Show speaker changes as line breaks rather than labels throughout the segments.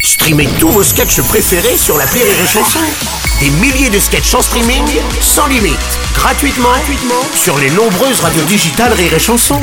Streamez tous vos sketchs préférés sur la Rire et Chanson. Des milliers de sketchs en streaming, sans limite, gratuitement, gratuitement sur les nombreuses radios digitales Rire et Chanson.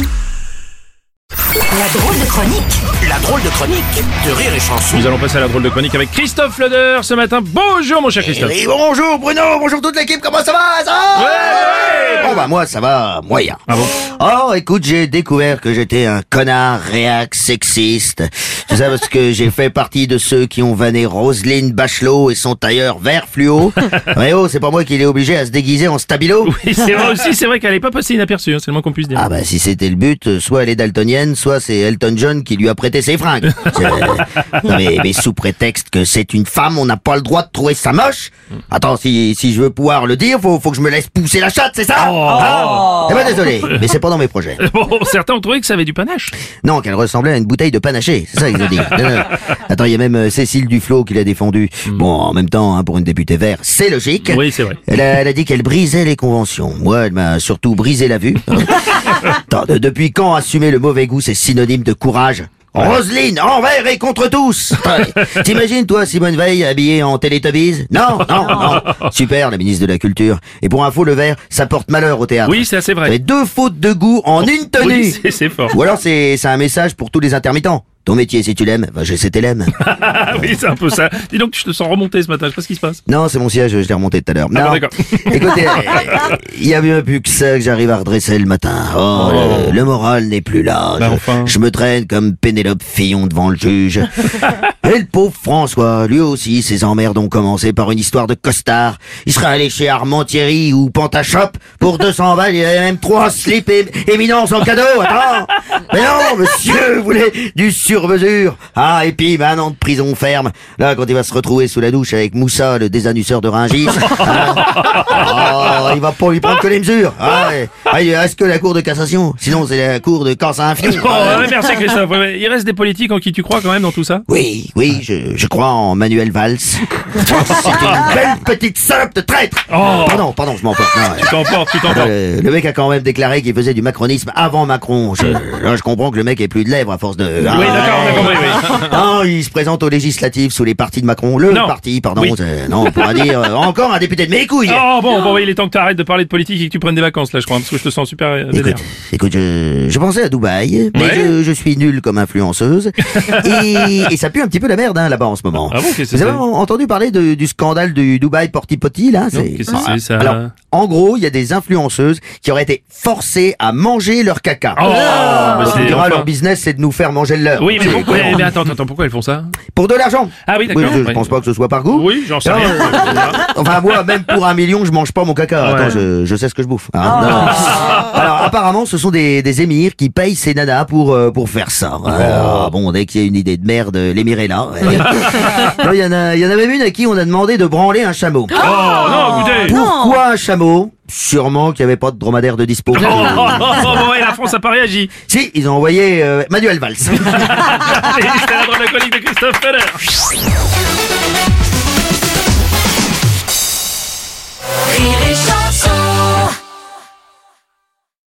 La drôle de chronique
La drôle de chronique de Rire et Chanson.
Nous allons passer à la drôle de chronique avec Christophe Leder ce matin. Bonjour mon cher Christophe.
Et bonjour Bruno, bonjour toute l'équipe, comment ça va, ça va Bon bah moi ça va moyen.
Ah bon
Oh écoute, j'ai découvert que j'étais un connard réac sexiste. Tout ça parce que j'ai fait partie de ceux qui ont vanné Roselyne Bachelot et son tailleur vert fluo. Mais oh, c'est pas moi qui l'ai obligé à se déguiser en stabilo.
Oui, c'est vrai aussi, c'est vrai qu'elle n'est pas passée inaperçue, hein, c'est le moins qu'on puisse dire.
Ah bah si c'était le but, euh, soit elle est daltonienne, soit c'est Elton John qui lui a prêté ses fringues. C'est- Non, mais, mais sous prétexte que c'est une femme, on n'a pas le droit de trouver ça moche. Attends, si, si je veux pouvoir le dire, faut, faut que je me laisse pousser la chatte, c'est ça
Oh.
Hein Eh ben désolé, mais c'est pas dans mes projets.
Bon, certains ont trouvé que ça avait du panache.
Non, qu'elle ressemblait à une bouteille de panaché, c'est ça qu'ils ont dit. Non, non. Attends, il y a même euh, Cécile Duflo qui l'a défendu. Bon, en même temps, hein, pour une députée verte, c'est logique.
Oui, c'est vrai.
Elle a, elle a dit qu'elle brisait les conventions. Moi, elle m'a surtout brisé la vue. Attends, de- depuis quand assumer le mauvais goût, c'est synonyme de courage Roselyne, envers et contre tous Attends, T'imagines, toi, Simone Veil habillée en Teletubbies Non, non, non Super, la ministre de la Culture. Et pour info, le vert, ça porte malheur au théâtre.
Oui, c'est assez
Mais
vrai. Oh,
deux fautes de goût en une tenue
Oui, c'est- c'est fort.
Ou alors, c'est c'est un message pour tous les intermittents. Ton métier, si tu l'aimes, va chez CTLM.
Ah oui, c'est un peu ça. Dis donc, je te sens remonter ce matin, je sais pas ce qui se passe.
Non, c'est mon siège, je l'ai remonté tout à l'heure.
Ah bon,
Non.
d'accord.
Écoutez, euh, il y a bien plus que ça que j'arrive à redresser le matin. Oh, le, le moral n'est plus là.
Bah,
je,
enfin.
je me traîne comme Pénélope Fillon devant le juge. Et le pauvre François, lui aussi, ses emmerdes ont commencé par une histoire de costard. Il serait allé chez Armand Thierry ou Pantachop pour 200 balles. Il avait même trois slips é- éminence en cadeau. Attends. Mais non, monsieur voulait du sur-mesure. Ah, et puis, bah, un an de prison ferme. Là, quand il va se retrouver sous la douche avec Moussa, le désannusseur de Ringis. Ah, il va pas lui prendre que les mesures. Ah, ouais. Ah, il reste que la cour de cassation. Sinon, c'est la cour de casse à un fion.
Bon, Oh, Ah, ouais, merci Christophe. Ouais, ouais. Il reste des politiques en qui tu crois quand même dans tout ça
Oui, oui, je, je crois en Manuel Valls. C'est une belle petite salope de traître.
Oh.
Pardon, pardon, je m'emporte. Non, ouais.
Tu t'emportes, tu
Attends,
t'emportes.
le, le mec a quand même déclaré qu'il faisait du macronisme avant Macron. Je, là, je comprends que le mec ait plus de lèvres à force de. Oui,
Oui, d'accord, on a compris, oui.
Ah, il se présente aux législatives sous les partis de Macron. Le
Non.
parti, pardon.
Oui.
c'est- Non, on pourra dire euh, encore un député de mes couilles.
Oh bon, bon, ouais, il est temps que tu arrêtes de parler de politique et que tu prennes des vacances là, je crois, hein, parce que je te sens super euh,
Écoute,
vénère.
écoute, je, je pensais à Dubaï, mais
Ouais.
je, je suis nul comme influenceuse. et, et ça pue un petit peu la merde hein, là-bas en ce moment.
Ah bon, qu'est-ce que
Vous
c'est
avez entendu parler de- du scandale du Dubaï Porti Potty là Ah.
Non, qu'est-ce que c'est, ça
Alors, en gros, il y a des influenceuses qui auraient été forcées à manger leur caca. Ah.
Oh, mais
Parce
c'est-
qu'on dira,
enfin.
leur business, c'est de nous faire manger le leur.
Oui, mais,
C'est
pourquoi,
cohérent.
mais attends, attends, pourquoi ils font ça
Pour de l'argent.
Ah oui, d'accord,
je, je
ouais.
pense pas que ce soit par goût.
Oui, j'en sais
Non,
rien.
Enfin, moi, même pour un million, je mange pas mon caca.
Ouais.
Attends, je, je sais ce que je bouffe. hein.
Oh.
Non, non. Alors, apparemment, ce sont des, des émirs qui payent ces nanas pour, euh, pour faire ça.
Oh.
Alors, bon, dès qu'il y a une idée de merde, l'émir est là. Ouais. Non, Il y, en a- il y en a même une à qui on a demandé de branler un chameau.
Oh non, écoutez
Pourquoi un chameau Sûrement qu'il n'y avait pas de dromadaire de dispo.
Oh, oh, oh, oh, bon, ouais, la France a pas réagi.
si, ils ont envoyé euh, Manuel Valls.
C'était la drôle de chronique de Christophe Feller.